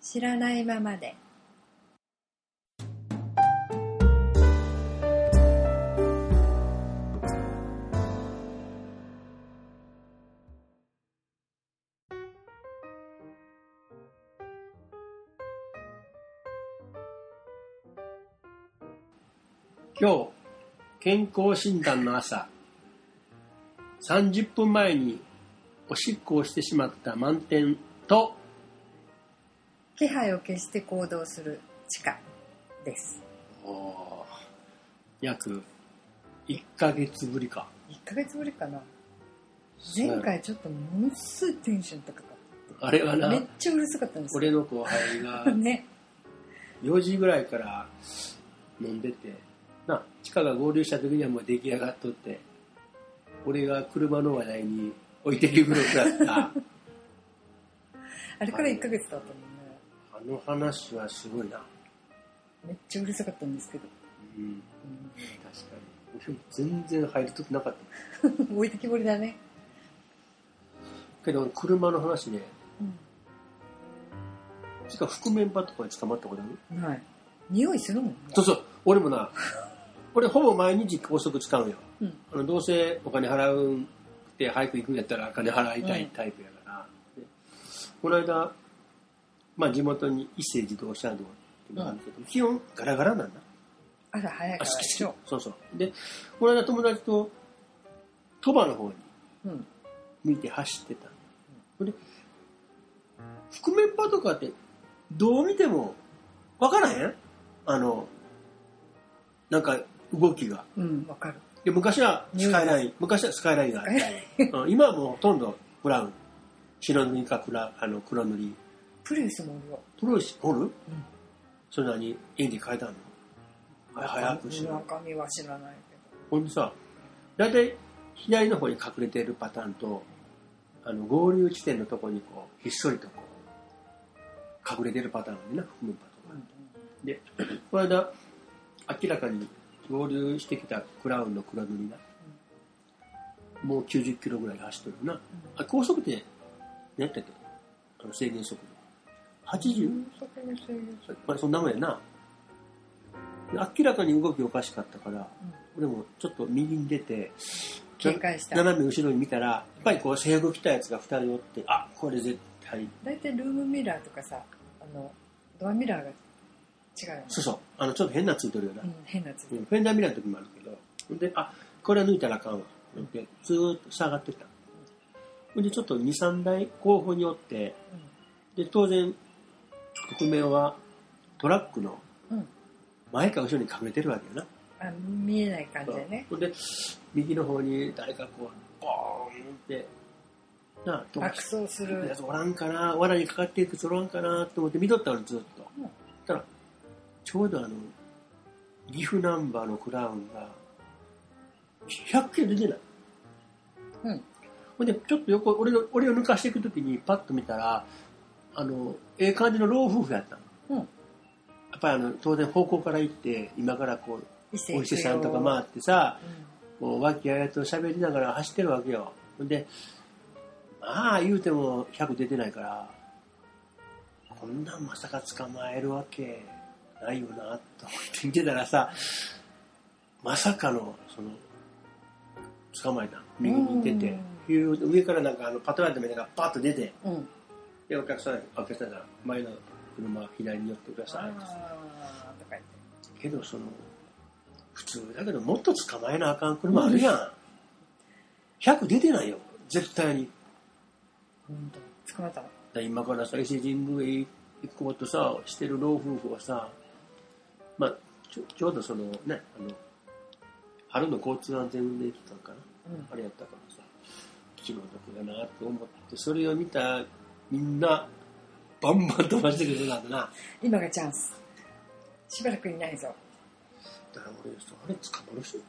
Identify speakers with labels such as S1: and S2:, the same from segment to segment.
S1: 知らないままで
S2: 今日、健康診断の朝、30分前におしっこをしてしまった満点と、
S1: 気配を消して行動する地下です
S2: おー約1ヶ月ぶりか。
S1: 1ヶ月ぶりかな前回ちょっとものすごいテンション高か
S2: あれは
S1: っため
S2: な
S1: っ、ちゃうるさかったんですよ
S2: 俺の後輩が
S1: ね
S2: 4時ぐらいから飲んでて、な、地下が合流した時にはもう出来上がっとって、俺が車の話題に置いてきぶろく だった。
S1: あれから1ヶ月だったもんね
S2: あの話はすごいな。
S1: めっちゃうるさかったんですけど、
S2: うん、確かに。俺も全然入るときなかった。
S1: うん置いてきぼりだね、
S2: けど車の話ね、
S1: う
S2: しかも覆面パトカーに捕まったことある
S1: ん、はい匂いするもんね
S2: そうそう、俺もな、俺ほぼ毎日高速使うんよ。
S1: うん
S2: あのどうせお金払うんって早く行くんやったらお金払いたいタイプやから、でこの間、まあ、地元に伊勢自動車道っていうのがあるけど、基本ガラガラなんだ
S1: あら早い
S2: あ
S1: からでしょ
S2: そうそうでこの間友達と鳥羽の方に
S1: うん
S2: 向いて走ってた、で覆面パトカーってどう見ても分からへんあのなんか動きが
S1: うんわかる
S2: で昔はスカイライン昔はスカイラインがあったうん今はもうほとんどブラウン白塗りか黒あの黒塗り
S1: プリウスもおるよ
S2: プロイスおる、そんなに演技変えたのはい早くしろ
S1: 中身は知らないけ
S2: ほんでさ大体左の方に隠れてるパターンとあの合流地点のとこにこうひっそりとこう隠れてるパターンでな含むパターン
S1: ど、
S2: で、この間、明らかに合流してきたクラウンの黒塗りな、もう90キロぐらい走ってるな。あ高速で、何やったっけあの制限速度。80?
S1: そこの制限
S2: まあ、そんなもんやな。で明らかに動きおかしかったから、俺もちょっと右に出て、
S1: 警戒した
S2: 斜め後ろに見たら、やっぱりこう制服着たやつが2人おって、あ、これ絶対、
S1: 大体ルームミラーとかさあのドアミラーが違うよね
S2: そうそう、あの、ちょっと変なついてるよな。
S1: うん、変なやつ、
S2: うんフェンダーミラーの時もあるけど、ほんで、あ、これは抜いたらあかんわ。で、ずーっと下がってった。ほんで、ちょっと2、3台後方におって、で、当然、覆面はトラックの
S1: うんうん、
S2: 前か後ろに隠れてるわけよな。
S1: あ見えない感じでね
S2: ほんで、右の方に誰かこう、ボーンって、なあ、どう
S1: 爆走す
S2: や
S1: る
S2: つおらんかな、罠にかかっていくやつおらんかなと思って見とったの、ずっと。
S1: うん
S2: たら、ちょうどあの、岐阜ナンバーのクラウンが、100キロ出てない。
S1: うん
S2: ほんで、ちょっと横、俺の俺を抜かしていくときに、パッと見たら、あの、ええ感じの老夫婦やったの。
S1: うん
S2: やっぱりあの、当然方向から行って、今からこう、
S1: 伊勢
S2: お医者さんとか
S1: あ、
S2: 回ってさ、
S1: うん
S2: こう和気あいあいと喋りながら走ってるわけよほんでまあ言うても100出てないからこんなんまさか捕まえるわけないよなと思って見てたらさまさかのその捕まえた右に出てヒュー上からなんかあのパトライトみたいなのがパッと出て
S1: うん、
S2: でお客さんお客さんが前の車左に寄ってください
S1: あーとか言って
S2: けどその普通だけどもっと捕まえなあかん車あるやん100出てないよ絶対に
S1: 本当捕まったの
S2: だ今からさ伊勢神宮へ行こうとさしてる老夫婦はさまあちょちょうどそのねあの春の交通安全運営期間かな
S1: うん
S2: あれやったからさ気の毒だなと思ってそれを見たみんなバンバン飛ばしてくれたんだな
S1: 今がチャンスしばらくいないぞ
S2: だから俺さあれ捕まる人って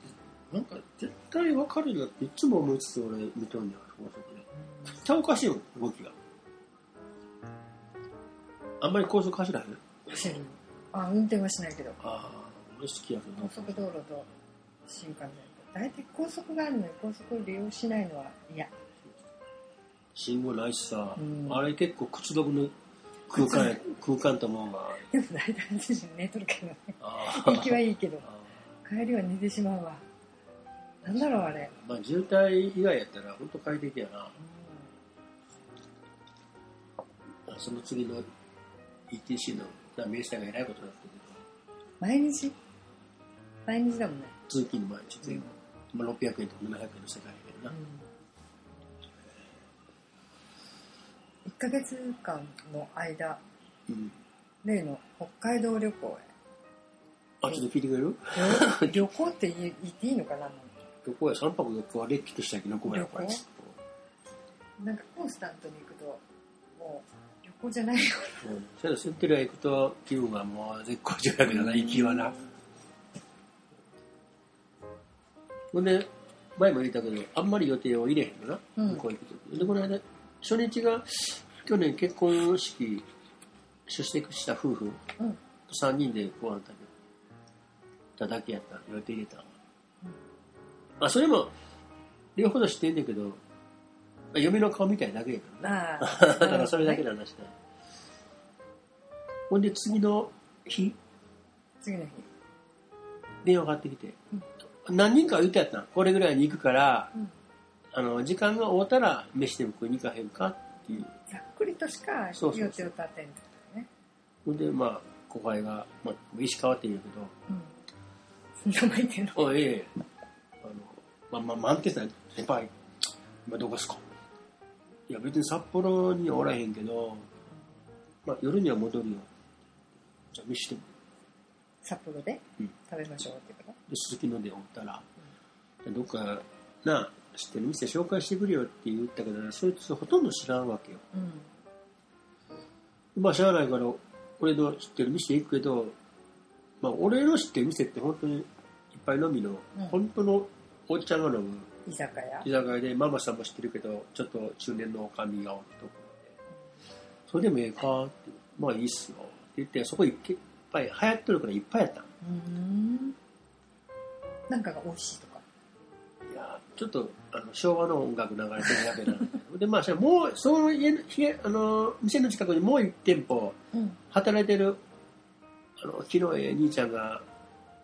S2: なんか絶対わかるよっていつも思いつつ俺見とんねん高速で絶対おかしいよ動きがあんまり高速走らへん
S1: 走るあ運転はしないけど
S2: ああ俺好きやけど
S1: 高速道路と新幹線と大体高速があるのに高速を利用しないのは嫌
S2: 信号ないしさ、
S1: うん
S2: あれ結構屈辱の空間、空間と思うわ。
S1: でも大体私寝とるけどね。
S2: あ
S1: 行き
S2: ー
S1: はいいけど、
S2: あー
S1: 帰りは寝てしまうわ。なんだろう、あれ。
S2: まあ、渋滞以外やったら、本当快適やな。その次の ETC の名産が偉いことになってる
S1: 毎日毎日だもんね。
S2: けど、通勤の毎日全部、まあ、600円とか700円の世界やけ
S1: う
S2: ど
S1: ん。
S2: な。
S1: 1ヶ月間の間、
S2: うん。
S1: 例の北海道旅行
S2: あ、ちょっと聞いてくれる
S1: へ。 旅旅行って言え言っていいのかな
S2: 旅行や、3泊4日はれっきとしたけど、これ、これ。
S1: 旅行なんかコンスタントに行くと、もう旅行じゃないよ。
S2: うん。それセンテリア行くと気分がもう絶好調だけどな、行きはな。ほんで、前も言ったけど、あんまり予定を入れへんのな、
S1: うん
S2: 向こう行くと。で、この間、初日が、去年結婚式、出席した夫婦、
S1: うん。うん。
S2: 3人でご飯食べただけやった予定入れたのまあそれも両方と知ってんねんけど、まあ、嫁の顔みたいだけやからな
S1: まあ、
S2: だからそれだけの話だ、ほんで次の日
S1: 次の日。
S2: 電話かかってきて、何人か言うてやったんこれぐらいに行くから
S1: うん。
S2: あの時間が合うたら飯でも食いに行かへんかっていう
S1: ざっくりとしか予定
S2: そう
S1: を
S2: そうそ
S1: 立て
S2: う
S1: んってことね。
S2: ほんでまあ後輩が、まあ、石川って言うんやけど
S1: うん。名前言ってんの。
S2: あええあの、ま、ま、満点さん、先輩、今どこですかいや、別に札幌にはおらへんけど、まあ、夜には戻るよ。じゃあ、見しても。
S1: 札幌で
S2: うん
S1: 食べましょうってこと。
S2: で、鈴木のでおったら、どっか、なあ、知ってる店紹介してくれよって言ったけど、そいつほとんど知らんわけよ。
S1: うん。
S2: まあ、しゃあないから、俺の知ってる店行くけど、まあ、俺の知ってる店って本当にいっぱい飲みの、
S1: うん
S2: 本当のおっちゃんが飲む、
S1: 居酒屋
S2: 居。酒屋でママさんも知ってるけどちょっと中年のおかみがおるとこそれでもええかってまあいいっすよって言ってそこいっぱい流行っとるからいっぱいやったん
S1: うん。なんかが美味しいとか。
S2: いやちょっとあの昭和の音楽流れてるだけなんだけどでまあそれもうその家のひげあの店の近くにもう1店舗
S1: うん。
S2: 働いてるあの昨日ええ兄ちゃんが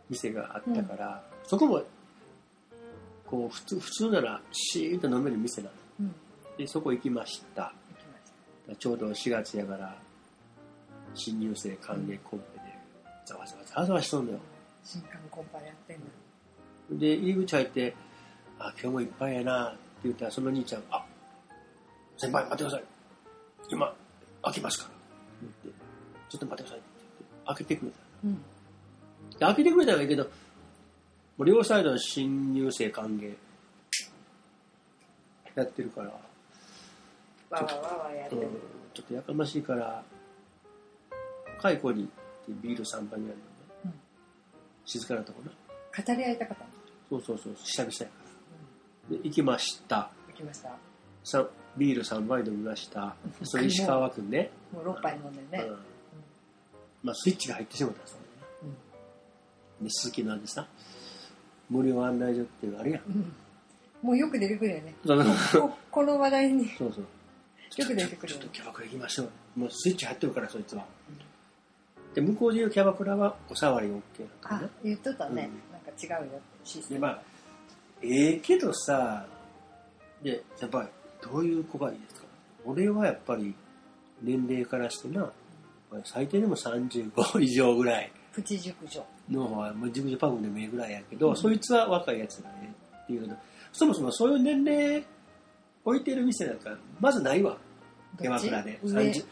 S2: 店があったから、そこもこう普通普通ならシーンと飲める店なの
S1: うん。
S2: でそこ行きました
S1: 行きました。
S2: ちょうど4月やから、新入生歓迎コンペで、ざわざわざわざわしとんのよ。
S1: 新刊コンパやってんの。
S2: で、入り口入って、あ、今日もいっぱいやなって言ったら、その兄ちゃんが、あ、先輩待ってください。今、開けますから。って言って、ちょっと待ってください。って言って、開けてくれた。
S1: うん。
S2: で開けてくれたらいいけど、もう両サイドの新入生歓迎、やってるから、
S1: わわわわやっ
S2: う
S1: て
S2: ん
S1: る。
S2: ちょっとやかましいから、蚕に行ってビール3杯ぐらい飲んで、
S1: うん
S2: 静かなとこな。
S1: 語り合いたかったの。
S2: そうそうそう、久々やか
S1: う
S2: ら。で、行きました。
S1: ん。行きました。
S2: さビール3杯飲みました。それ石川くんね。
S1: もう六杯飲んでるね。
S2: うんまあ、スイッチが入ってしまったんですよね。
S1: うん。
S2: で、鈴木なんでさ、無料案内所っていうのあれやん。
S1: うん。もうよく出てくるよ ね。
S2: そうそう
S1: ここの話題によ
S2: そうそう。
S1: く出てくる
S2: ちょ
S1: よ
S2: っ
S1: ね
S2: と。キャバクラ行きましょう。もうスイッチ入ってるから、そいつは。で、向こうで言うキャバクラはお触り OK だったか
S1: あ
S2: な。、
S1: 言っとったね。なんか違うよってシステ
S2: で
S1: ム。
S2: まあええけどさで先輩どういう子がいいですか俺はやっぱり年齢からしてな最低でも35以上ぐらい
S1: プチ熟女。
S2: の方はもう自分でパグでもええぐらいやけど、
S1: うん
S2: そいつは若いやつだねっていうけどそもそもそういう年齢置いてる店なんかまずないわ
S1: ど
S2: 山
S1: っち
S2: 倉で
S1: 上
S2: 30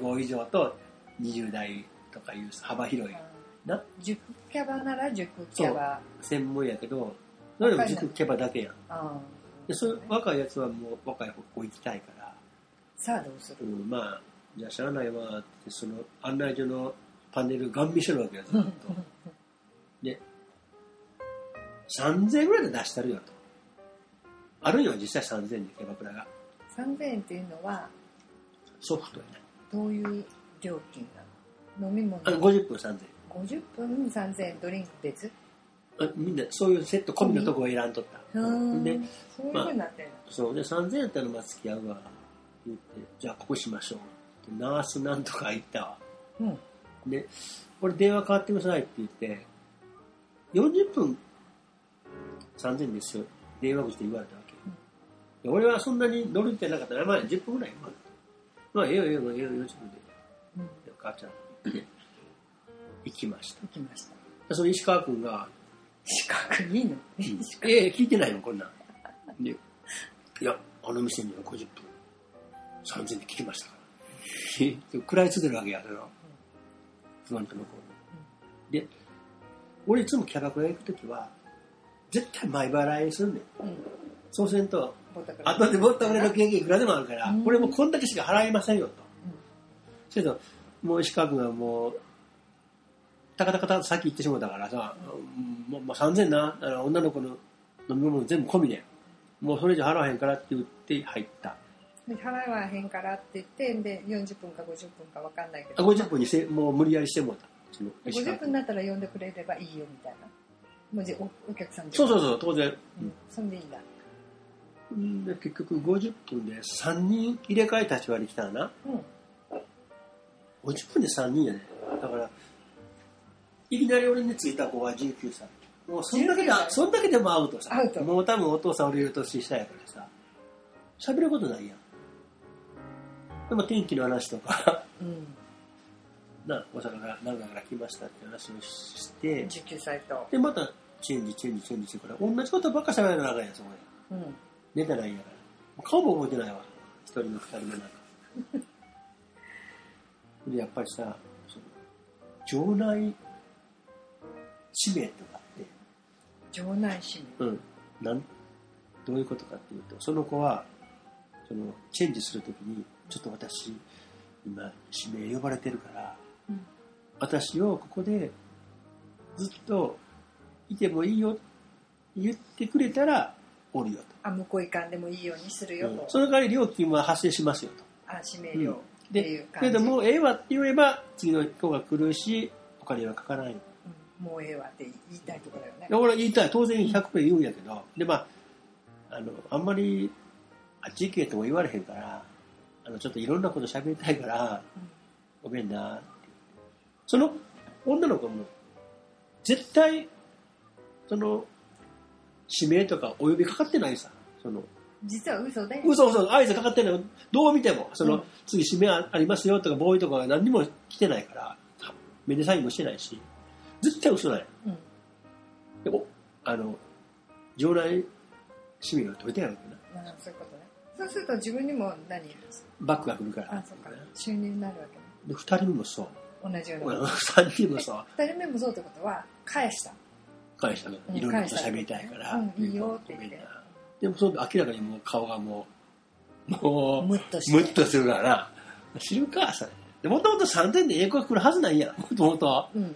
S2: 35以上と20代とかいう幅広いな
S1: 熟キャバなら熟キャバ。
S2: 専門やけどそれでも塾キャバだけやん
S1: あ
S2: でそういう若いやつはもう若い方行きたいから、
S1: さあどうす
S2: う
S1: る
S2: ん、まあじゃあしゃあないわってその案内所のパネルガン見してるわけよずっ とで3000円ぐらいで出してるよとあるんよ実際3000円でキャバクラが
S1: ?3000 円っていうのは
S2: ソフトやね
S1: どういう料金なの飲み物
S2: あの50分3000円
S1: 50分3000円ドリンク別
S2: あみんなそういうセット込みのとこを選んとった、
S1: うん
S2: で
S1: そういうふうになってるの、
S2: そうで3000円やったらまあ付き合うわって言ってじゃあここしましょうってナースなんとか行ったわ。
S1: うん。
S2: で、俺電話変わってくださいって言って、40分3000ですよ。電話口で言われたわけ。で俺はそんなに乗るってなかったから、まあ10分ぐらい。まあ、まあ、ええよええよ、ええよ、40分
S1: う
S2: で。
S1: ん。
S2: で母ちゃん、行きました
S1: 行きました。。
S2: でその石川君が、
S1: 資格いいの
S2: ええ聞いてないのこんなん。でいや、あの店には50分、3000で聞きましたから。食らいついてるわけや、その、不安と向こうに。で、俺いつもキャバクラ行くときは、絶対前払いするねん。
S1: うん。
S2: そうせんと、
S1: ボタクラ。
S2: 後でもっと俺の経験いくらでもあるから、
S1: うん
S2: これもうこんだけしか払いませんよと。それと、もう石川君がもう、たかたかたさっき言ってしまったからさ、もうもう3000な、あの女の子の飲み物全部込みで、もうそれ以上払わへんからって言って入った。
S1: で払わへんからって言って、で、40分か50分かわかんないけ
S2: あ
S1: ど。
S2: 50分にせもう無理やりしてもらった。その石川
S1: 50分に
S2: 君
S1: なったら呼んでくれればいいよみたいな。もうじおお客さんで。。
S2: そうそううそう、当然。
S1: うん。そんでいいんだ。
S2: うんで結局50分で3人入れ替え立ち割り来たらな。
S1: うん。
S2: 50分で3人やねだからいきなり俺についた子は19歳もうそんだけで
S1: 19歳
S2: そんだけでもアウトさ
S1: アウト
S2: もう多分お父さん俺より年下やからさ喋ることないやんでも天気の話とか
S1: うん。
S2: な大阪から名古屋から来ましたって話をして
S1: 19歳と。
S2: でまたチェンジチェンジチェンジしてから同じことばっか喋らなあかんやんそこで
S1: うん。
S2: 寝たらいいやからもう顔も覚えてないわ一人も二人もなんか でやっぱりさその場内指名とかって、
S1: 場内市民。
S2: うん、なんどういうことかっていうとその子はそのチェンジするときにちょっと私今指名呼ばれてるから
S1: うん。
S2: 私をここでずっといてもいいよって言ってくれたらおるよ
S1: あ、向こう行かんでもいいようにする
S2: と、
S1: よ
S2: うん
S1: と。
S2: その代わり料金は発生しますよと
S1: あ、指名料ってい
S2: で
S1: う感
S2: け
S1: じ。
S2: れども、ええわって言えば、次の子が来るし、お金はかからない。
S1: うん、もうええわって言いたいとこだよね
S2: で。俺言いたい、当然100ペ言うんやけど、で、まあ、あの、あんまり、あっち行けとも言われへんから、あの、ちょっといろんなこと喋りたいから、
S1: うん
S2: ごめんなって。その女の子も、絶対、その、指名とかお呼びかかってないさ。その、
S1: 実は嘘で。
S2: 嘘嘘、合図かかってないの。どう見ても、その、
S1: うん
S2: 次締めありますよとか、ボーイとかは何にも来てないから、目でサインもしてないし、絶対嘘ない。
S1: うん。
S2: でも、あの、場内市民が取れてないわけな。
S1: まあ、そういうことね。そうすると自分にも何
S2: バックが来るから。
S1: あ、そうか。収入になるわけね。
S2: で、二人目もそう。
S1: 同じような
S2: 俺
S1: こと。
S2: 三人もそう。
S1: 二人目もそうってことは、返した。
S2: 彼氏が
S1: うん
S2: いろんなこと喋りたいから。
S1: うんいいよって
S2: ごめ
S1: 言って
S2: んな。でも、その明らかにもう顔がもう、もう、
S1: ムッとして。
S2: ムッとするからな。知るか、それ。でもともと3点で英語が来るはずないやん。もともと。
S1: うん。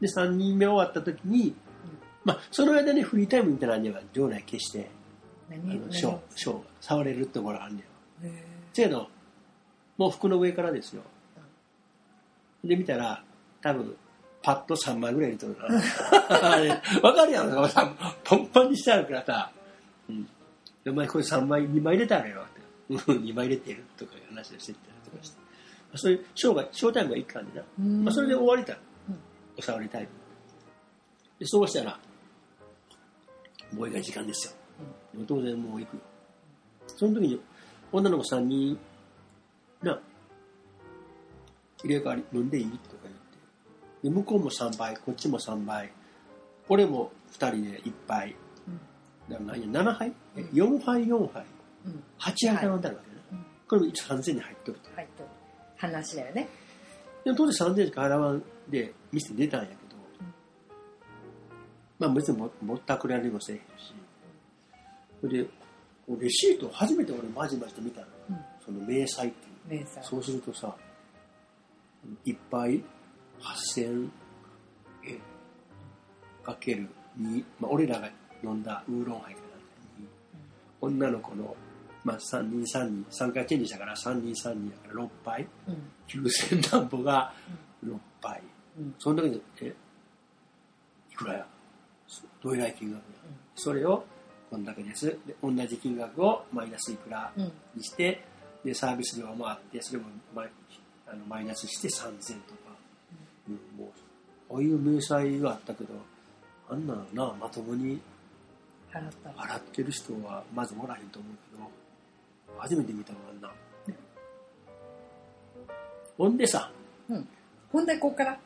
S2: で、3人目終わった時に、まあ、その間ね、フリータイムみたいなのには、場内消して、あ
S1: 何
S2: の、ショー
S1: 何、
S2: ショーが、触れるところがあるんだよ。
S1: へえ
S2: せやの、もう服の上からですよ。で、見たら、多分、パッと3枚ぐらい入れとる な。あれわかるやろ、さパンパンにしてあるからさ、うん。でお前これ3枚、2枚入れたらよって。うん、2枚入れてるとかいう話をしてたりとかして。そういう、ショーが、ショータイムが一貫でな。
S1: うん
S2: まあ、それで終わりたい
S1: うん。
S2: お触りタイム。で、そうしたら、ボーイが時間ですよ。当然もう行くよ。その時に、女の子3人、な、入れ替わり、飲んでいいとか言って。で、向こうも3杯、こっちも3杯。俺も2人で1杯。
S1: うん
S2: だから何や、7杯え
S1: うん
S2: ?4 杯、4杯。
S1: うん。
S2: 8杯飲んだるわけね。
S1: うん
S2: これも一応3000に入っとると。
S1: はい、と。話だよね。
S2: でも当時3000しか払わんで店出たんやけど、
S1: うん
S2: まあ別にもぼったくられもせえへんし、それで、こうレシートを初めて俺マジマジで見たの。
S1: うん。
S2: その明細っていう。
S1: 連載。
S2: そうするとさ、いっぱい8000円かける2、まあ、俺らが飲んだウーロンハイかなんかに、女の子の、まあ、3人3人、3回チェンジしたから3人3人だから6杯、
S1: うん。
S2: 9000何歩が6杯。
S1: うん。
S2: その時に、え、いくらやそどういう金額や
S1: うん
S2: それを、こんだけです。で、同じ金額をマイナスいくら
S1: うん。
S2: にして、でサービス料もあってそれもマイあのマイナスして3000とか、うんもうこういう明細はあったけどあんなのなまともに
S1: 払ったら。
S2: 洗ってる人はまずおらへんと思うけど初めて見たわあんな、
S1: うん
S2: ほんでさ
S1: うん。本題こっから。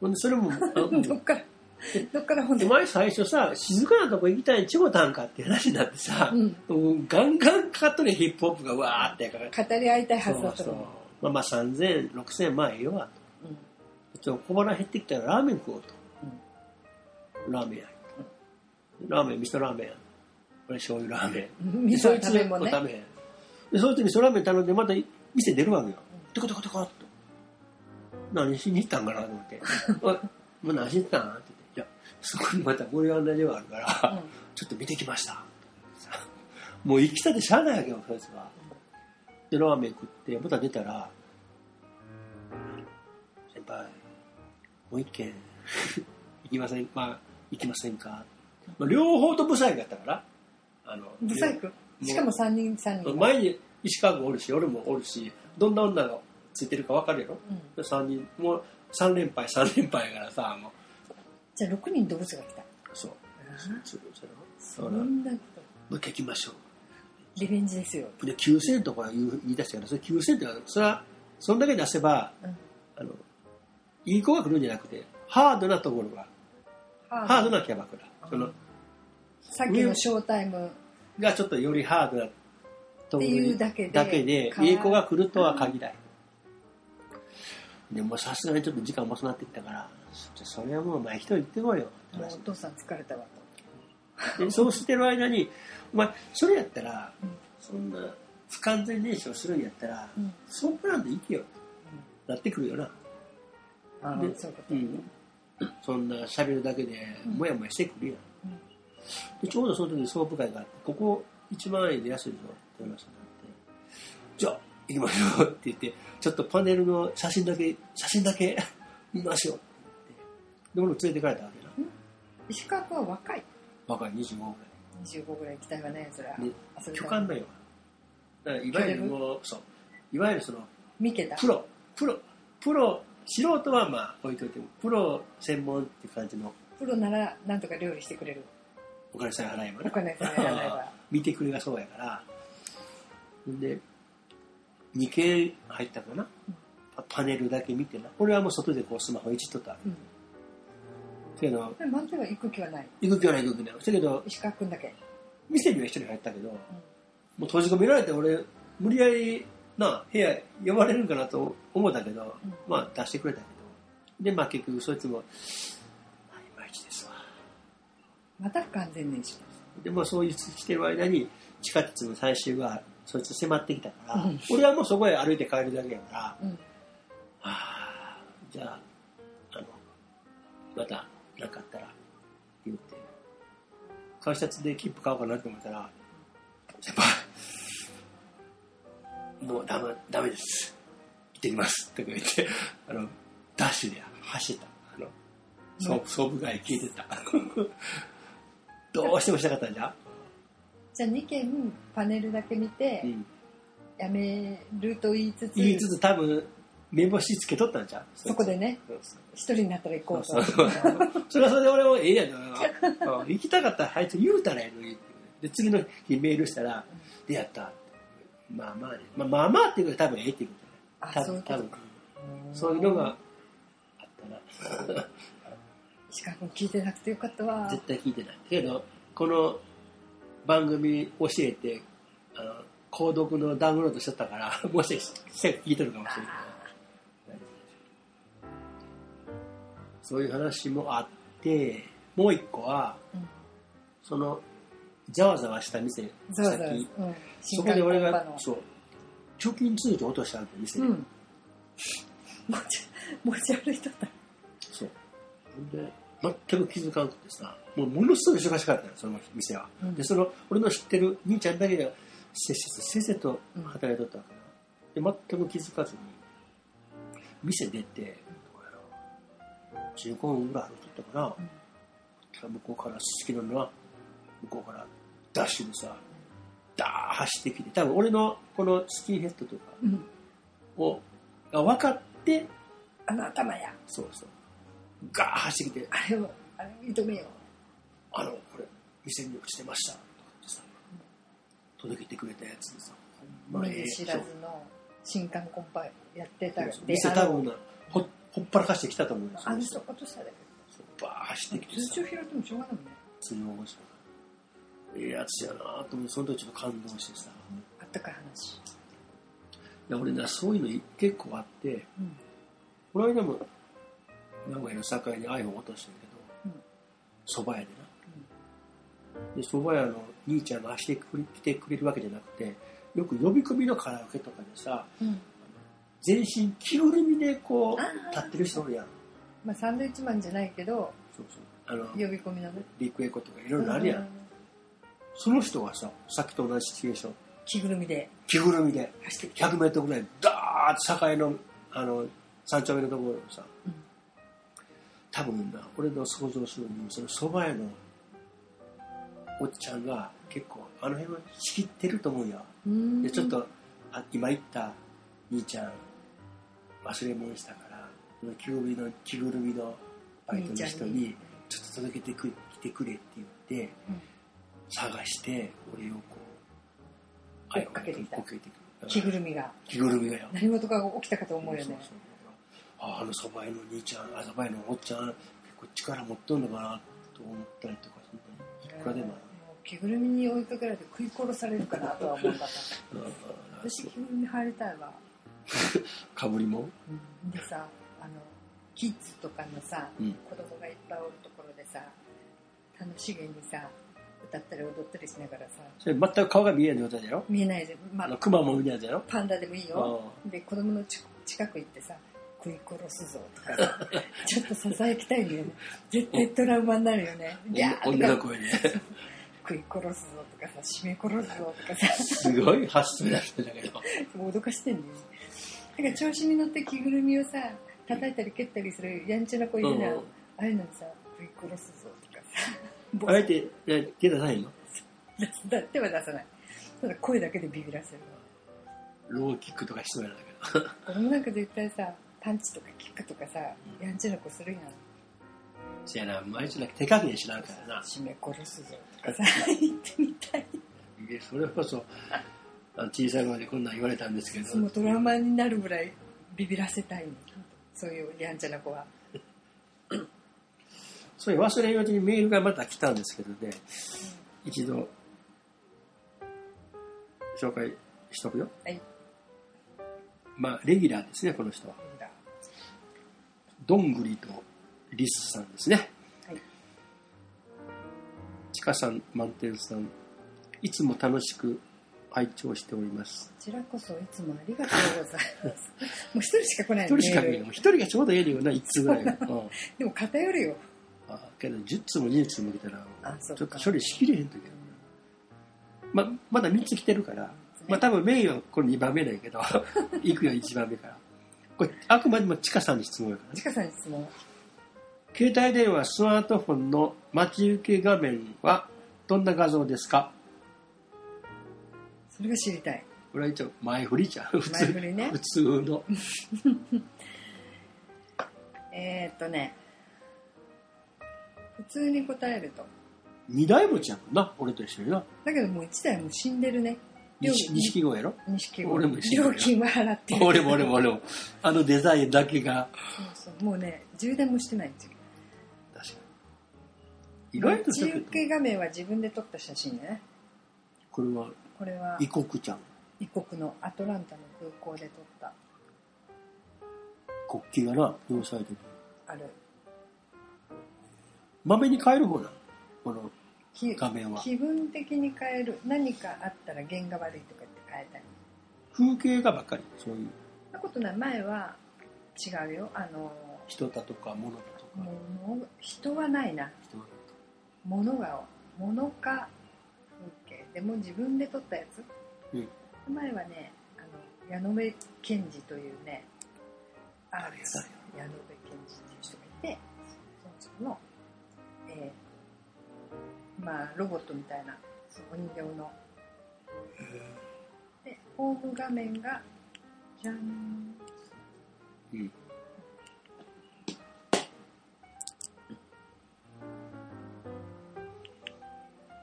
S2: ほんでそ れもあ
S1: どっから。どっから本
S2: お
S1: 題。
S2: 前最初さ静かなとこ行きたいんちごたんかって話になってさ、
S1: うん。
S2: もうガンガンかかっとるやんヒップホップがわーってやから
S1: 語り合いたいはずだと
S2: そうそう
S1: 思
S2: まあまあ3000、6000まあええわ
S1: う。うん。
S2: と。ちょっと小腹減ってきたらラーメン食おうと。ラーメンや。ラーメン、味噌ラーメンや。これ醤油ラーメン。
S1: うん。味噌食べも
S2: そい
S1: ね。
S2: つ食べへん。で、そいつ味噌ラーメン頼んでまた店出るわけよ。トコトコトコっと。何しに行ったんかなと 思って。おい、もう何しに行ったんって言って。いや、そこにまた盛り上がりがあるから。
S1: うん。
S2: ちょっと見てきました。もう行きたてしゃあないわけよ、そいつは。で、ラーメン食って、また出たら、先輩、もう一軒、 行きません、まあ、行きませんか。まあ、両方とブサイクやったから、あの、
S1: ブサイクしかも3人3人
S2: 前に石川君おるし、俺もおるし、どんな女がついてるか分かるやろ
S1: うん、
S2: で三人、もう3連敗、3連敗やからさ、もう、
S1: じゃあ6人動物が来た
S2: そう、そう、そう
S1: そ
S2: だから、も
S1: んなこと
S2: う一回行きましょう。
S1: リベンジですよ、
S2: で9000とか言う言い出したからそれ9000ってのはそれはそんだけ出せば
S1: うん、
S2: あのいい子が来るんじゃなくてハードなところがハードなキャバクラその
S1: さっきのショータイム
S2: がちょっとよりハードなとこ
S1: っ
S2: ろ
S1: ていうだけで
S2: だけで
S1: か
S2: いい子が来るとは限らない、でもさすがにちょっと時間もそうなってきたからちょっとそれはもうお前一人行ってこいよって
S1: もうお
S2: 話
S1: 父さん疲れたわ
S2: でそうしてる間にお前それやったら、
S1: うん
S2: そんな不完全燃焼するんやったら、
S1: と、うん
S2: ソープランで行けよ、なってくるよな
S1: あ
S2: で
S1: あそういうこと、
S2: うん、そんな喋るだけで
S1: うん
S2: もやもやしてくるやん、
S1: うん
S2: でちょうどその時にソープ会があってここ1万円で安いぞって話になってじゃあ行きましょうって言ってちょっとパネルの写真だけ写真だけ見ましょうって言ってで俺も連れてかれたわけな
S1: 石川君は若い
S2: 若い25ぐら
S1: 25ぐらい行きたいわねそれは、
S2: ね
S1: 遊
S2: い
S1: び
S2: 巨
S1: たい
S2: 漢だよだからいわゆるもうそういわゆるその
S1: 見けた
S2: プロプロプロ素人はまあ置いといてもプロ専門っていう感じの
S1: プロならなんとか料理してくれる
S2: お金さえ払えば
S1: お
S2: な
S1: 金さえ払えば
S2: 見てくれがそうやからで2軒入ったかな
S1: うん
S2: パネルだけ見てな俺はもう外でこうスマホいじっとった
S1: うん
S2: けど
S1: で満点は行く気はない
S2: 行く気はない行く気はないだけど
S1: 石川君だけ、
S2: 店には一人入ったけども
S1: うん
S2: う閉じ込められて俺無理やりな部屋呼ばれるんかなと思ったけど、
S1: うん
S2: まあ出してくれたけどでまあ結局そいつもまあいまいちですわ
S1: また完全燃焼
S2: でまあそういうしてる間に地下鉄の最終がそいつ迫ってきたから、
S1: うん
S2: 俺はもうそこへ歩いて帰るだけやから、
S1: うん
S2: あーじゃあ、あの、また、なかあったら、言って、改札で切符買おうかなって思ったら、先輩、もうダメ、ダメです。行ってきます。とか言って、あの、ダッシュで走った。あの、ソープ、ソープ街聞いてた。 どうしてもしたかったんじゃ
S1: じゃあ2軒パネルだけ見て、
S2: うん。
S1: やめると言いつつ
S2: 言いつつ多分、目星つけとったんじゃん
S1: そこでね
S2: そうそう
S1: 一人になったら行こうと
S2: そうそうそれはそれで俺もええやんなうん行きたかったらあいつ言うたらええのにってで次の日メールしたら「でやった」ってまあまあね、まあ、まあまあっていうことは多分ええっていうこ
S1: あ
S2: と
S1: そうい
S2: ね
S1: う
S2: 多
S1: こ
S2: 分
S1: と
S2: 多
S1: か
S2: 分そういうのがあったな
S1: しかも聞いてなくてよかったわ
S2: 絶対聞いてないけどこの番組教えてあの購読のダウンロードしちゃったから もしかして聞いてるかもしれないそういう話もあってもう一個は、
S1: うん
S2: そのざわざわした店
S1: ざわざわ
S2: さっき
S1: うん新
S2: そこ
S1: 刊
S2: で
S1: コ
S2: 俺
S1: ンパ
S2: が
S1: の
S2: そう貯金通帳落としたんだよ店で、
S1: うん持ち持ち歩いとった
S2: そうほんで全く気づかんくてさもうものすごい忙しかったのその店は
S1: うん
S2: でその俺の知ってる兄ちゃんだけがせっせとせっせと働いとったわけなで全く気づかずに店出てどうやろう15分ぐらい歩いとったかな、向こうからすすきのな向こうからダッシュでさダー走ってきて、多分俺のこのスキンヘッドとか
S1: うん。
S2: を、が分かって、
S1: あの頭や。
S2: そうそう。ガー走ってきて、
S1: あれを、あれを認めよ
S2: あの、これ、店に落ちてました。とかってさ、届けてくれたやつでさ、
S1: う。
S2: ほんま
S1: 目
S2: ええ
S1: に知らずの新刊コンパやってた
S2: そう
S1: で
S2: そう
S1: あの
S2: 店多分な、ほっほっぱらかしてきたと思うんです
S1: あの
S2: よ。
S1: 人落としただけ
S2: そうバー走ってきて
S1: 通
S2: さ
S1: 帳、拾ってもしょうがないもんね。
S2: 釣り応募した。ええやつやなと思って、その時ちょっと感動してさ。
S1: あったかい話。
S2: で俺な、そういうの結構あって、
S1: うん。
S2: この間も名古屋の境に iPhone 落としたんや
S1: う
S2: け
S1: ん
S2: ど、そば、屋でな。で、そば屋の兄ちゃんが走ってくれ来てくれるわけじゃなくて、よく呼び込みのカラオケとかでさ、
S1: うん。
S2: 全身着ぐるみでこ
S1: あ
S2: う、
S1: ー
S2: 立ってる人おるやん。
S1: まあ、サンドイッチマンじゃないけど、
S2: そうそう。あの、
S1: 呼び込みのね。
S2: リクエコとかいろいろあるや。
S1: うん
S2: その人がさ、さっきと同じシチュエーション、
S1: 着ぐるみで
S2: 着ぐるみで、
S1: 走ってきた。
S2: 100メートルぐらい、ダーッと境の、あの、山頂目のところをさ、
S1: うん
S2: 多分な、俺の想像するに、その蕎麦屋のおっちゃんが結構、あの辺は仕切ってると思うよ。
S1: うーん
S2: で、ちょっ。と、あ今言った兄ちゃん、忘れ物したから、その着ぐるみの、着ぐるみのバイトの人に、ちょっと届けてく来てくれって言って、
S1: うん
S2: 探して、俺をこう、
S1: 追っかけてきた
S2: 追っかけてくる
S1: 着ぐるみが
S2: 着ぐるみがよ。
S1: 何事かが起きたかと思うよ
S2: そう
S1: ね
S2: そうああのそば屋の兄ちゃん、あそば屋のおっちゃん、結構力持っとんのかなと思ったりとかするねいくらでもあ
S1: もう着ぐるみに追いかけられて食い殺されるかなとは思わな かった
S2: る。うん
S1: 私着ぐるみ入りたいわ、
S2: かぶりも
S1: でさあのキッズとかのさ、
S2: うん
S1: 子供がいっぱいおるところでさ楽しげにさ歌ったり踊ったりしながらさ
S2: それ全く顔が見えない状態だよ。
S1: 見えないで、ま
S2: あの、
S1: あ、
S2: 熊も見えないだよ。
S1: パンダでもいい
S2: あ
S1: よで子供のち近く行ってさ食い殺すぞとか さちょっとささやきたいんだよね絶対トラウマになるよねギャー
S2: あ
S1: とか
S2: 女の声で。
S1: 食い殺すぞとかさ締め殺すぞとかさ
S2: すごい発想だったんだ けど。
S1: 脅かしてんのよなんか調子に乗って着ぐるみをさ叩いたり蹴ったりするやんちゃな子いるじゃん、
S2: うん
S1: ああいうのにさ食い殺すぞとかさボ
S2: あえて、え手出さないの
S1: だっては出さないただ声だけでビビらせる
S2: ローキックとかしそうやなんだけ
S1: 子供なんか絶対さパンチとかキックとかさやんちゃな子するやん
S2: ど。せやな、毎日なんか手加減しなあかんからな。
S1: 締め殺すぞとかさ言ってみたい
S2: でそれこそ、あの小さい頃でこんなん言われたんですけど。
S1: そのトラウマになるぐらいビビらせたいのそういうやんちゃな子は
S2: それ忘れんようにメールがまた来たんですけどね、一度、紹介しとくよ。
S1: はい
S2: まあ、レギュラーですね、この人は。
S1: なんだ
S2: どんぐりとリスさんですね。
S1: はい
S2: ちかさん、満点さん、いつも楽しく拝聴しております。
S1: こちらこそいつもありがとうございます。もう一人しか来ない
S2: 一人しか見え
S1: メー
S2: ない。
S1: ル
S2: 一人がちょうどええのよな、一通ぐらいは。うん
S1: でも偏るよ。
S2: あけど、10通も20通も来たら、
S1: あ、そ
S2: ちょ
S1: う
S2: っと
S1: か。
S2: 処理しきれへんときあるま、まだ3つ来てるから、まあ
S1: た、
S2: 多分メインはこれ2番目だけど、 行くよ1番目から。これ、あくまでもチカさんに質問やからね
S1: ち。かさんに質問。
S2: 携帯電話、スマートフォンの待ち受け画面はどんな画像ですか
S1: それが知りたい。
S2: これは一応前振りじゃん。普
S1: 前振
S2: 通、
S1: りね
S2: 普。通の。
S1: えーっとね、普通に答えると。
S2: 二台持ちやもんな、俺と一緒にな。
S1: だけどもう一台もう死んでるね。
S2: 錦
S1: 料
S2: 錦鯉やろ
S1: 錦
S2: 俺
S1: 鯉
S2: も死んでるよ
S1: 料金は払ってる。
S2: 俺も俺も俺も。あのデザインだけが。
S1: そうそう。もうね、充電もしてないんですよ。
S2: 確かに。意外と
S1: 待
S2: ちょ
S1: ち
S2: っと
S1: 受け画面は自分で撮った写真ね。
S2: これは
S1: これは
S2: 異国ちゃん。
S1: 異国のアトランタの空港で撮った、
S2: 国旗がな、両サイドに。
S1: ある、
S2: まめに変える方なのこの
S1: き
S2: 画面は。
S1: 気分的に変える何かあったら弦が悪いとかって変えたり
S2: 風景画ばっかりそういう
S1: そんなことない前は違うよあの
S2: 人だとか物だとか
S1: 物人はないな
S2: 人だ
S1: 物が物か風景でも自分で撮ったやつ、前はねあの矢野部賢治というねアーティスト矢野部賢治っていう人がいてその人の、えーまあロボットみたいなそのお人形のでホーム画面がじゃん
S2: うん。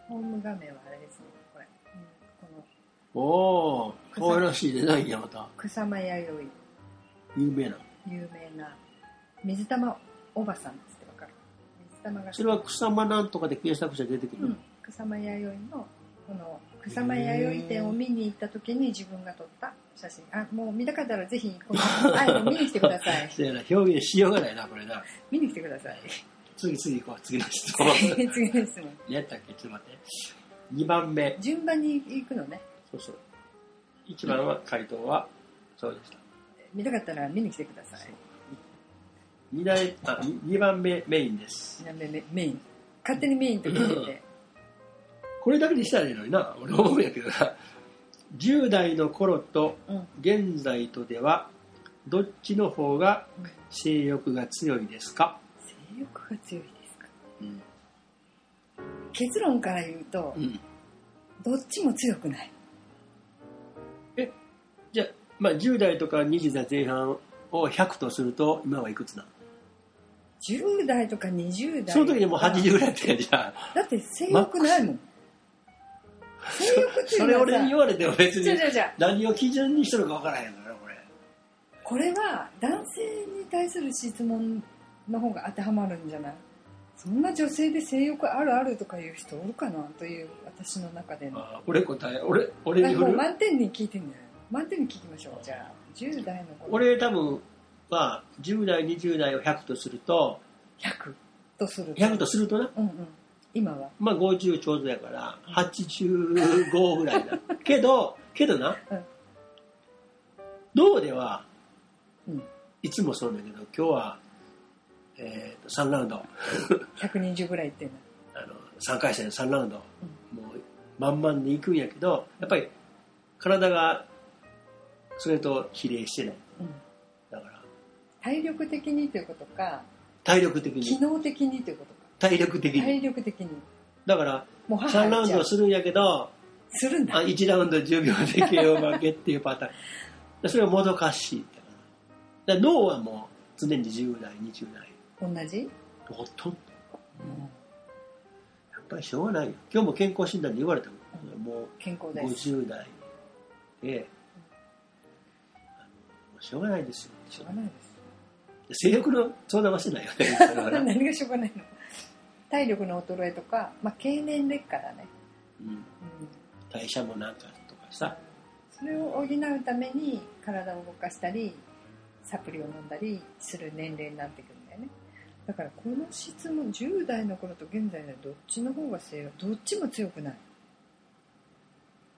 S1: ホーム画面はあれですねこれ、うん、この
S2: おお、可愛らしいデザインやまた。
S1: 草間彌生
S2: 有名な。
S1: 有名な水玉おばさんですってわかる水玉が
S2: それは草間なんとかで検索したら出てく
S1: う
S2: るの
S1: ん、草間彌生のこの草間弥生展を見に行った時に自分が撮った写真あもう見たかったらぜひこのあの見に来てくださ い
S2: そうやな、表現しようがないな、これな。
S1: 見に来てください
S2: 次、次行こう、次の 質問。
S1: 次の質問
S2: 何やったっけ、ちょっと待って。2番目。
S1: 順番に行くのね
S2: そうそう。1番は、回答は、そうでした。
S1: 見たかったら見に来てください
S2: 2, 台あ2番目、メインです。
S1: メメメイン勝手にメインって決めて
S2: これだけにしたらいいのにな、俺思うんやけどな。10代の頃と
S1: うん、
S2: 現在とでは、どっちの方が
S1: うん
S2: 性欲が強いですか、
S1: 性欲が強いですか
S2: うん
S1: 結論から言うと、どっちも強くない
S2: じゃあ、まあ、10代とか20代前半を100とすると、今はいくつなの
S1: 10代とか20代
S2: その時にもう80ぐらいやったやんじゃあ。
S1: だって性欲ないもん性欲ってい
S2: そ
S1: の
S2: うれ
S1: はさ
S2: 俺に言われても別
S1: じゃあ
S2: に
S1: じゃあじゃあ
S2: 何を基準にしとるか分からへんからな、これ。
S1: これは男性に対する質問の方が当てはまるんじゃないそんな女性で性欲あるあるとかいう人おるかなという私の中での
S2: あー俺答え、俺、俺に
S1: あ
S2: 振
S1: もう
S2: る。
S1: 満点に聞いてんだよ満点に聞きましょうじゃあ10代の頃
S2: 俺多分、まあ、10代、20代を100とすると、
S1: 100とする
S2: 100とするとな、
S1: うんうん今は
S2: まあ50ちょうどやから、85ぐらいだ。けど、けどな
S1: うん、
S2: 脳では
S1: うん、
S2: いつもそうだけど、今日は、えーと3ラウンド、あ
S1: 120ぐらいいってんだ
S2: の3回戦3ラウンド、もう満々でいくんやけど、やっぱり体がそれと比例してない。
S1: うん
S2: だから、
S1: 体力的にということか
S2: 体力的
S1: 機
S2: に、
S1: 能的にということか
S2: 体力的に。
S1: 体力的に
S2: だから、
S1: もう母
S2: 3ラウン
S1: ちゃん
S2: ドするんやけど、
S1: するん
S2: あ
S1: だ
S2: 1ラウンド10秒で KO 負けっていうパターン でそれはもどかしいってだから脳はもう常に10代20代
S1: 同じ、
S2: ほとんどやっぱりしょうがないよ今日も健康診断で言われたもんも
S1: 健康
S2: う
S1: です
S2: 50代であのもうしょうがないですよ
S1: しょうがないです
S2: 性欲の相談はしてないよねそれ はな
S1: 何がしょうがないの体力の衰えとか、まあ、経年劣化だね、
S2: うん
S1: うん、
S2: 代謝もなんかとかさ
S1: それを補うために体を動かしたりサプリを飲んだりする年齢になってくるんだよねだからこの質問10代の頃と現在のどっちの方が強いどっちも強くない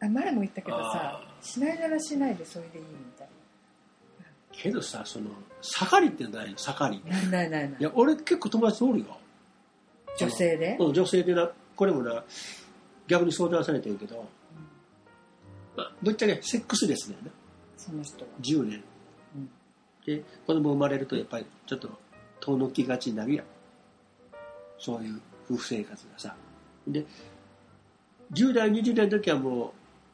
S1: あ前も言ったけどさ
S2: あ
S1: しないならしないでそれでいいみたい
S2: けどさその盛りってないの盛り
S1: なないないない
S2: いや俺結構友達おるよ
S1: 女性で、
S2: うん、女性でな、これもな、逆に相談されてるけど、
S1: うん
S2: まあ、ぶっちゃけセックスレスだよな、
S1: その人は、
S2: 10年。
S1: うん
S2: で、子供生まれるとやっぱりちょっと遠のきがちになるやん。そういう夫婦生活がさ。で、10代、20代の時はもう、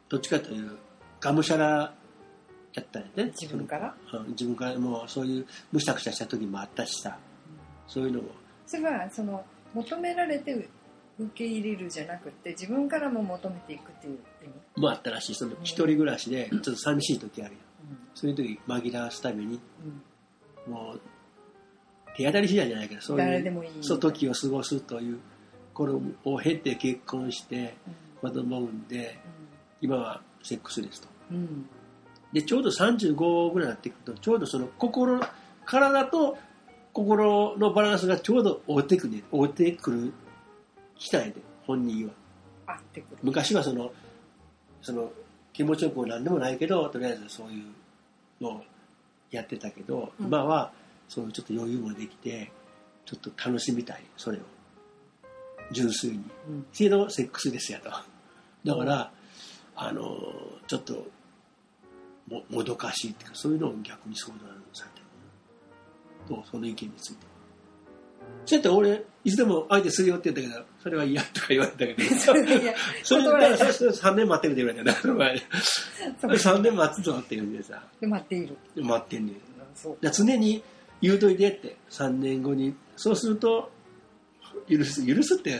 S2: どっちかという、がむしゃらやったんやね。
S1: 自分から
S2: そのうん自分からもうそういうむしゃくしゃした時もあったしさ、そういうのも。
S1: それはその求められて受け入れるじゃなくて自分からも求めていくっていう意味、
S2: もあったらしいその一人暮らしでちょっと寂しい時あるやんそういう時紛らわすためにもう手当たり次第じゃないけどそう
S1: 誰
S2: い
S1: で
S2: う
S1: もいい
S2: そう時を過ごすという頃を経て結婚して子供を産んで今はセックスですと
S1: うんうん
S2: でちょうど35ぐらいになってくるとちょうどその心体と心のバランスがちょうど合うてくる合うてくるきたんやで本人は
S1: 合ってくる
S2: 昔はそのその気持ちよくも何でもないけどとりあえずそういうのをやってたけど、
S1: うん
S2: 今はそういうちょっと余裕もできてちょっと楽しみたいそれを純粋に
S1: うん
S2: けどセックスですやとだからあのちょっとももどかしいっていうかそういうのを逆に相談されてるとその意見についてそうやって俺、いつでも相手するよって言ったけど、それは嫌とか言われたけ ど、
S1: それいや
S2: それだ
S1: 断
S2: か
S1: れ
S2: ららそ
S1: た
S2: れそれ3年待ってるって言われたんだ、その前に。
S1: そう
S2: 3年待つぞって言うんでさ、
S1: で待っている
S2: 待ってんねん。
S1: そう
S2: だから常に言うといてって、3年後に。そうすると、許す、許すって、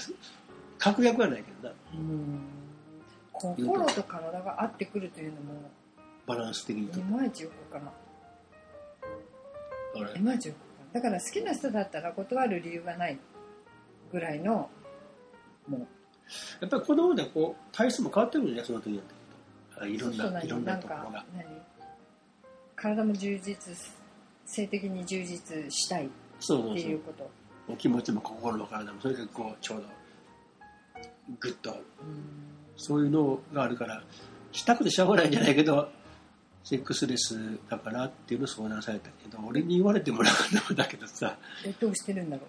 S2: 確約はないけどな、
S1: うん心と体が合ってくるというのも
S2: バランス的にと
S1: い。まいちよくわか
S2: だから
S1: らんいまいちよくわからんだから好きな人だったら断る理由がないぐらいのも
S2: やっぱり子供でこう体質も変わってくるんじゃないその時になってくるとあいうろん
S1: そう
S2: な
S1: 何
S2: いろんな
S1: なん
S2: とこ
S1: か
S2: ろが
S1: 何体も充実性的に充実したいっ
S2: そうそう
S1: て
S2: そ
S1: いううこと
S2: お気持ちも心も体もそれがこうちょうどグッと
S1: うん
S2: そういうのがあるからしたくてしょうがないんじゃないけどセックスレスだからっていうのを相談されたけど俺に言われてもらうんだけどさ
S1: えどうしてるんだろ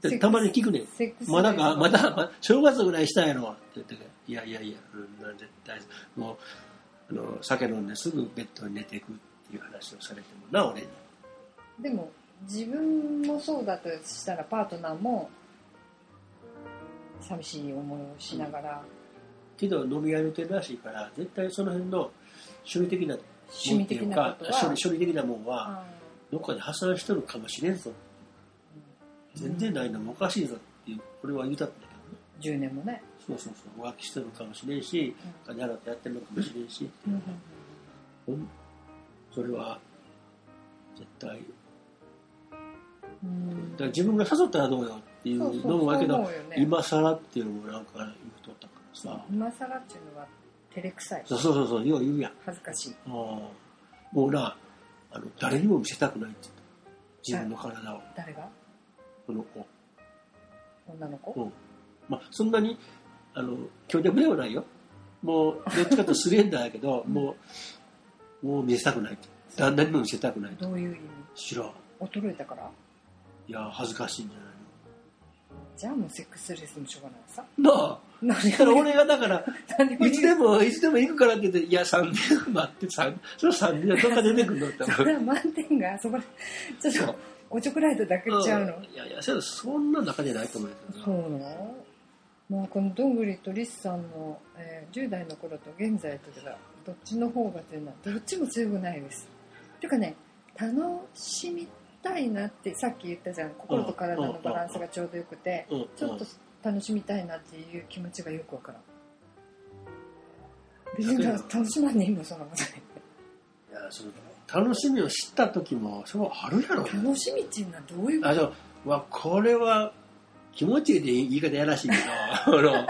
S2: で
S1: セックス
S2: たまに聞くねん
S1: うセックス
S2: まだか、まだ、ま正月ぐらいしたんやろって言ってね、いやいやいや、うん、絶対、もう、あの、酒飲んですぐベッドに寝ていくっていう話をされてもな、俺に。
S1: でも自分もそうだとしたらパートナーも寂しい思いをしながら、
S2: けど、飲み屋予定らしいから、絶対その辺の処理的な、
S1: 趣味的なことは
S2: 処理、処理的なもん
S1: う
S2: は、
S1: ん
S2: どっかで破産しとるかもしれんぞ。全然ないのもおかしいぞっていう、俺は言うたんだけど
S1: 10
S2: ね。
S1: 年もね、
S2: そうそうそう、浮気してるかもしれんし、
S1: う
S2: 金払ってやってるのかもしれんし、
S1: ん
S2: うんそれは、絶対、
S1: うん
S2: だから自分が誘ったらどうよっていう
S1: そうそう
S2: のもだけ
S1: そう
S2: ど
S1: 思うよね
S2: 今更っていうのもなんか言うとったからさ
S1: 今更っていうのは照れくさい
S2: そうそうそうそうよう言うやん
S1: 恥ずかしい
S2: あーもうなあの誰にも見せたくないって言った自分の体を
S1: 誰が
S2: この
S1: 女の子、
S2: うんまあそんなにあの強力ではないよもうどっちかというとスレンダーやけど
S1: うん
S2: もうもう見せたくないって旦那にも見せたくないと
S1: どういう意味
S2: 知らん
S1: 衰えたから
S2: いや恥ずかしいんじゃない
S1: じゃあもうセックスレスもしょうがないさ
S2: のなあ
S1: 何
S2: だから俺が だから
S1: 何
S2: いつでも、いつでも行くからって言って、いや、3年待って、三その3年はどっか出てくるのって
S1: それは満点が そこらちょっとおちょくられただけちゃうの、
S2: いやいや、そそんな中じゃないと思うけ
S1: そ
S2: ど
S1: う
S2: な。
S1: なのまあこのどんぐりとリスさんの、えー10代の頃と現在とではどっちの方がというのはどっちも強くないですていうかね楽しみたいなってさっき言ったじゃん心と体のバランスがちょうどよくて
S2: うん、
S1: ちょっと楽しみたいなっていう気持ちがよくわからん別に楽しまんね今そんなこと
S2: いやその楽しみを知った時も、それはあるやろ、
S1: ない楽しみっていうのはどういうこ
S2: あ、そう、うわ、これは、気持ちいいで言い方やらしいけど、あの、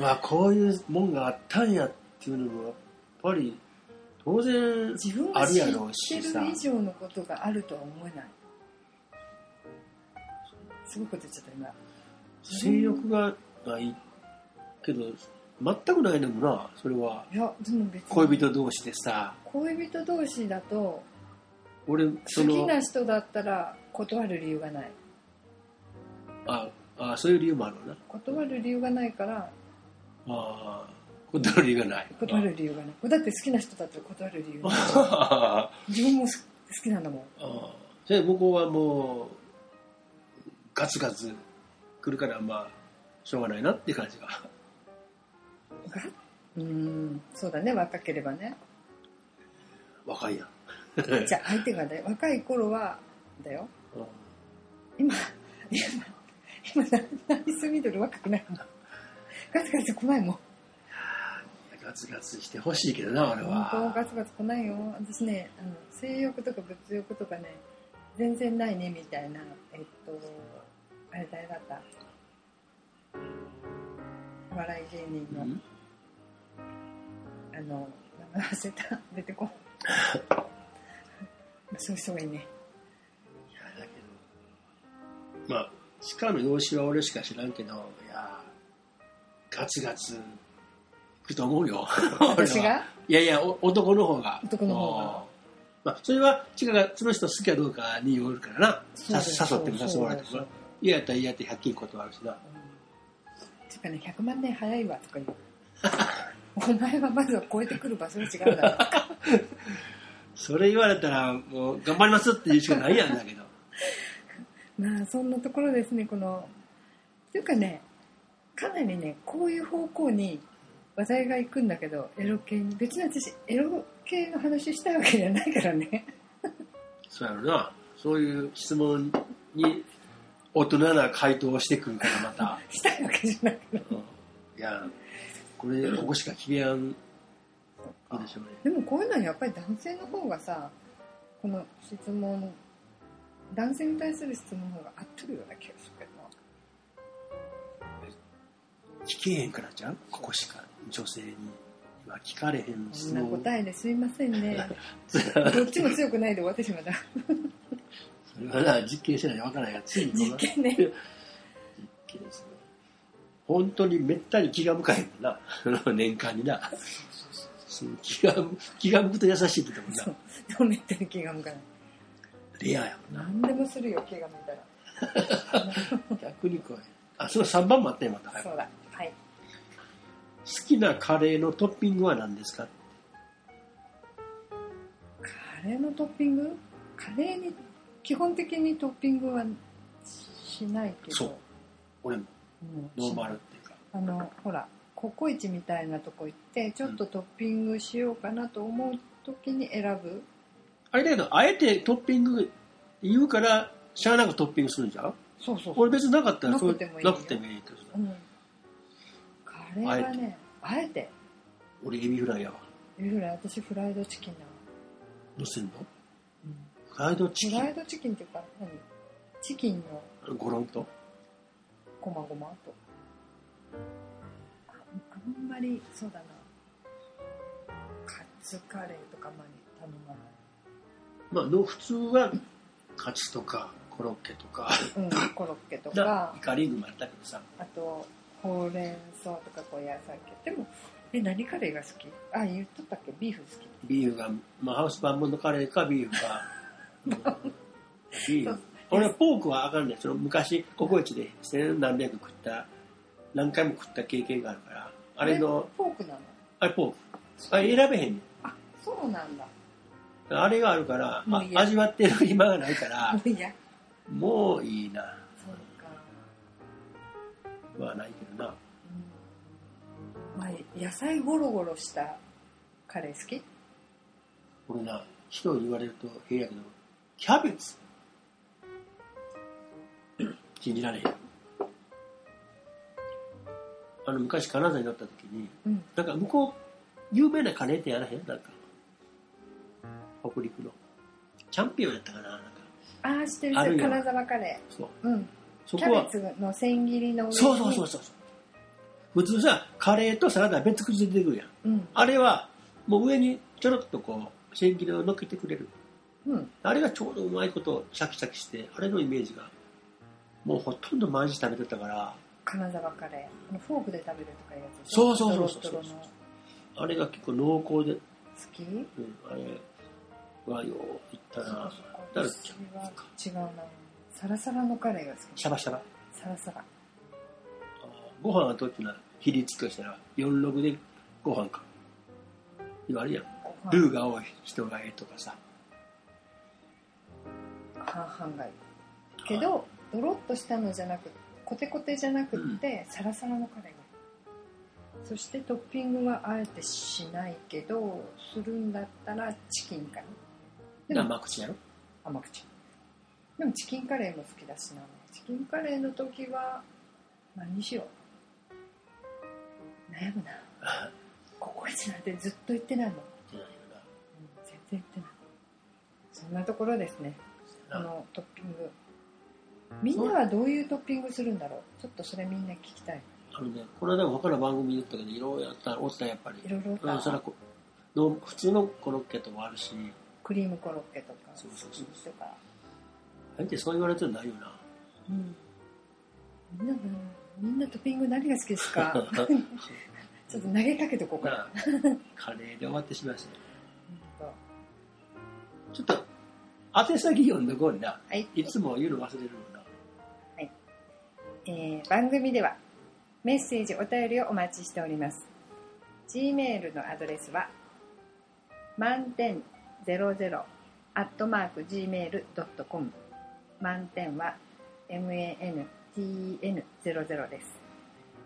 S2: うわ、こういうもんがあったんやっていうのも、やっぱり、当然
S1: と、自分
S2: あ
S1: が
S2: る
S1: 知
S2: やろう
S1: っ
S2: してさ
S1: る以上のことがあるとは思えないすごいこと言っちゃった今
S2: 性欲がないけど、全くないのもな、それは。
S1: いやでも別に
S2: 恋人同士でさ
S1: 恋人同士だと
S2: 俺そ
S1: 好き
S2: の
S1: な人だったら断る理由がない
S2: ああそういう理由もあるわな
S1: 断る理由がないから
S2: ああ断る理由がない
S1: 断る理由がないだって好きな人だったら断る理 由ない
S2: あ
S1: 自分もす好きなんだもん
S2: あそれで向こうはもうガツガツ来るからまあしょうがないなっていう感じが
S1: がうーんそうだね若ければね
S2: 若いやん
S1: じゃあ相手がね若い頃はだよ
S2: うん
S1: 今今今ナイスミドル若くないもんガツガツ来ないもん
S2: ガツガツしてほしいけどな俺
S1: 本当ガ
S2: は
S1: ツガツ来ないよ私ねあの性欲とか物欲とかね全然ないねみたいなえっとあれ誰だったお笑い芸人
S2: う
S1: の、
S2: ん
S1: あの名前忘れた出てこん そういう人がいいね
S2: いやだけどまあ鹿の養子は俺しか知らんけどいやガツガツいくと思うよ俺は
S1: 私が
S2: いやいや、お男の方が。
S1: 男の方が
S2: あー。まあ、それは、違うが、その人好きかどうかによるからな。
S1: そう
S2: さ
S1: だよ
S2: 誘っても誘われて
S1: そうだよ
S2: も。嫌やったら嫌やって100均断るしな。
S1: うんてかね100万年早いわとか言うお前はまずは超えてくる場所が違うだろ
S2: それ言われたら、もう、頑張りますって言うしかないやんだけど。
S1: まあそんなところですねこのというかねかなりねこういう方向に話題が行くんだけどエロ系に別に私エロ系の話したいわけじゃないからね
S2: そうやろな。そういう質問に大人な回答をしてくるから、また。
S1: したいわけじゃないから
S2: うん いや、これ、ここしか切り合うんでしょうね。
S1: でもこういうのはやっぱり男性の方がさこの質問男性に対する質問の方が合ってるような気がするけど
S2: 聞けへんからちゃうここしか女性には聞かれへん
S1: そ
S2: 質
S1: んな
S2: 問
S1: 答えですいませんねどっちも強くないで終わってしまった
S2: それはな実験しないとわからんやつい
S1: 実験ね
S2: 実験する本当にめったに気が向かへんもんな 年間になその気が気が向くと優しいって言った
S1: そうでも
S2: もん
S1: めったに気が向かない
S2: なレアやもん
S1: 何
S2: な
S1: でもするよ気が向いたら
S2: 逆に怖いあその3番もあったよまた
S1: そうだはい
S2: 好きなカレーのトッピングは何ですか
S1: カレーのトッピングカレーに基本的にトッピングはしないけど
S2: そう俺も
S1: うん
S2: ノーマルっていうか
S1: あのほらココイチみたいなとこ行ってちょっとトッピングしようかなと思う時に選ぶ、
S2: あれだけどあえてトッピング言うからしゃあなくトッピングするんじゃん
S1: そうそう
S2: これ別になかったら
S1: な
S2: そう
S1: くてもいいよ
S2: なくてもいいってことだ
S1: うん、カレーはねあえて
S2: 俺エビフライやわ
S1: エビフライ私フライドチキンだわ、
S2: どうすんのフライドチキ
S1: フライ
S2: ン
S1: ドチキンっていうか何チキンの
S2: ゴロンと
S1: ごまごまとああんまりそうだなカツカレーとかあんまり頼まない
S2: まあの普通はカツとかコロッケとか
S1: うん、コロッケと
S2: な
S1: か
S2: イカリングもあったけどさ
S1: あとほうれん草とかこう野菜系でもえ何カレーが好きあ言っとったっけビーフ好き
S2: ビーフが、まあ、ハウスバンボンのカレーかビー フかうんビーフ俺はポークはあかんねんその昔ココイチで千何百食った何回も食った経験があるからあれの
S1: フォークなの
S2: あれポークあれ選べへんねん
S1: あそうなんだ
S2: あれがあるから、
S1: もう
S2: あ
S1: いいや
S2: 味わってる暇がないから
S1: もういや
S2: もういいな
S1: そうか、
S2: はないけどな
S1: うんまあ、野菜ゴロゴロしたカレー好き
S2: 俺な人に言われると変やけどキャベツ信じられへんあの昔金沢になった時に
S1: うん
S2: なんか向こう有名なカレー店やらへんなんか北陸のチャンピオンやったかななんか
S1: ああしてる
S2: ある
S1: 人
S2: よ
S1: 金沢カレ
S2: そう
S1: ーうん
S2: そ
S1: キ
S2: こ
S1: ャ
S2: は
S1: ベツの千切りの上に
S2: そうそうそうそう普通さカレーとサラダ別口で出てくるやん
S1: うん
S2: あれはもう上にちょろっとこう千切りをのっけてくれる
S1: うん
S2: あれがちょうどうまいことシャキシャキして、あれのイメージが、もうほとんど毎日食べてたから、
S1: 金沢カレーあのフォークで食べるとかいうやつでし
S2: そ
S1: ょ
S2: うそうそうそう
S1: ドロッドロの好
S2: あれが結構濃厚で、
S1: き
S2: うん、あれはよういった
S1: そう
S2: な
S1: か。そ
S2: だ
S1: う
S2: から
S1: か私は違うなサラサラのカレーが好き
S2: シャバシャバ。
S1: サラサラ
S2: あーご飯はどっちな比率としたら、46でご飯か。言われるやん。ルーが多い人がええとかさ。
S1: 半々がいいけどドロッとしたのじゃなくコテコテじゃなくって、サラサラのカレーがいいそしてトッピングはあえてしないけどするんだったらチキンかなでも
S2: 生口やろ
S1: 甘口でもチキンカレーも好きだしなチキンカレーの時は何にしよう悩むなココイチなんてずっと言ってないもん、うん
S2: 言ってないよ
S1: 全然言ってないそんなところですね
S2: な
S1: あのトッピングみんなはどういうトッピングするんだろうちょっとそれみんな聞きたい
S2: あのね、この間も他の番組だったけど、いろいろやったら、おったやっぱり。
S1: いろいろ
S2: うん、そらこの普通のコロッケともあるし、
S1: クリームコロッケとか
S2: そうそうそう
S1: チキンとか、
S2: あえてそう言われてるのないよな。
S1: うん、みんなみんなトッピング何が好きです かちょっと投げかけとこうかな
S2: がカレーで終わってしまいましたね
S1: 本
S2: ちょっと宛先読んどこうにな
S1: 当はい
S2: いつも言うの忘れるもんな
S1: えー番組ではメッセージお便りをお待ちしております G メールのアドレスは満点00アットマーク Gmail.com 満点は MANTN00 です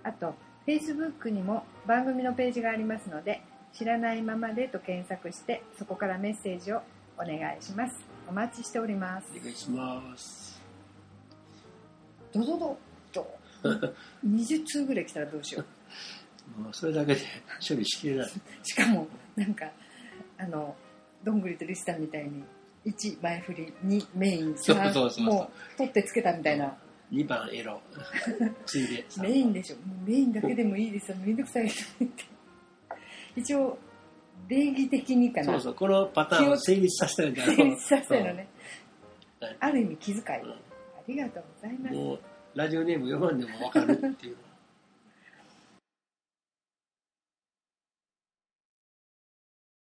S1: あと Facebook にも番組のページがありますので知らないままでと検索してそこからメッセージをお願いしますお待ちしております
S2: お願いします
S1: ドド ドッと20通ぐらい来たらどうしよう
S2: もうそれだけで処理しきれない
S1: しかもなんかあのどんぐりとリスタみたいに1前振り2メイン
S2: そう
S1: 3
S2: そうそうそう
S1: もう取ってつけたみたいな
S2: 2番エロついで3
S1: メインでしょもうメインだけでもいいですよめんどくさいって一応礼儀的にかな
S2: そうそうこのパターンを成立させた んだろう
S1: 成立させたのね
S2: うんはい
S1: ある意味気遣い、
S2: うん
S1: ありがとうございます、
S2: もうラジオネーム読まんでも分かるっていう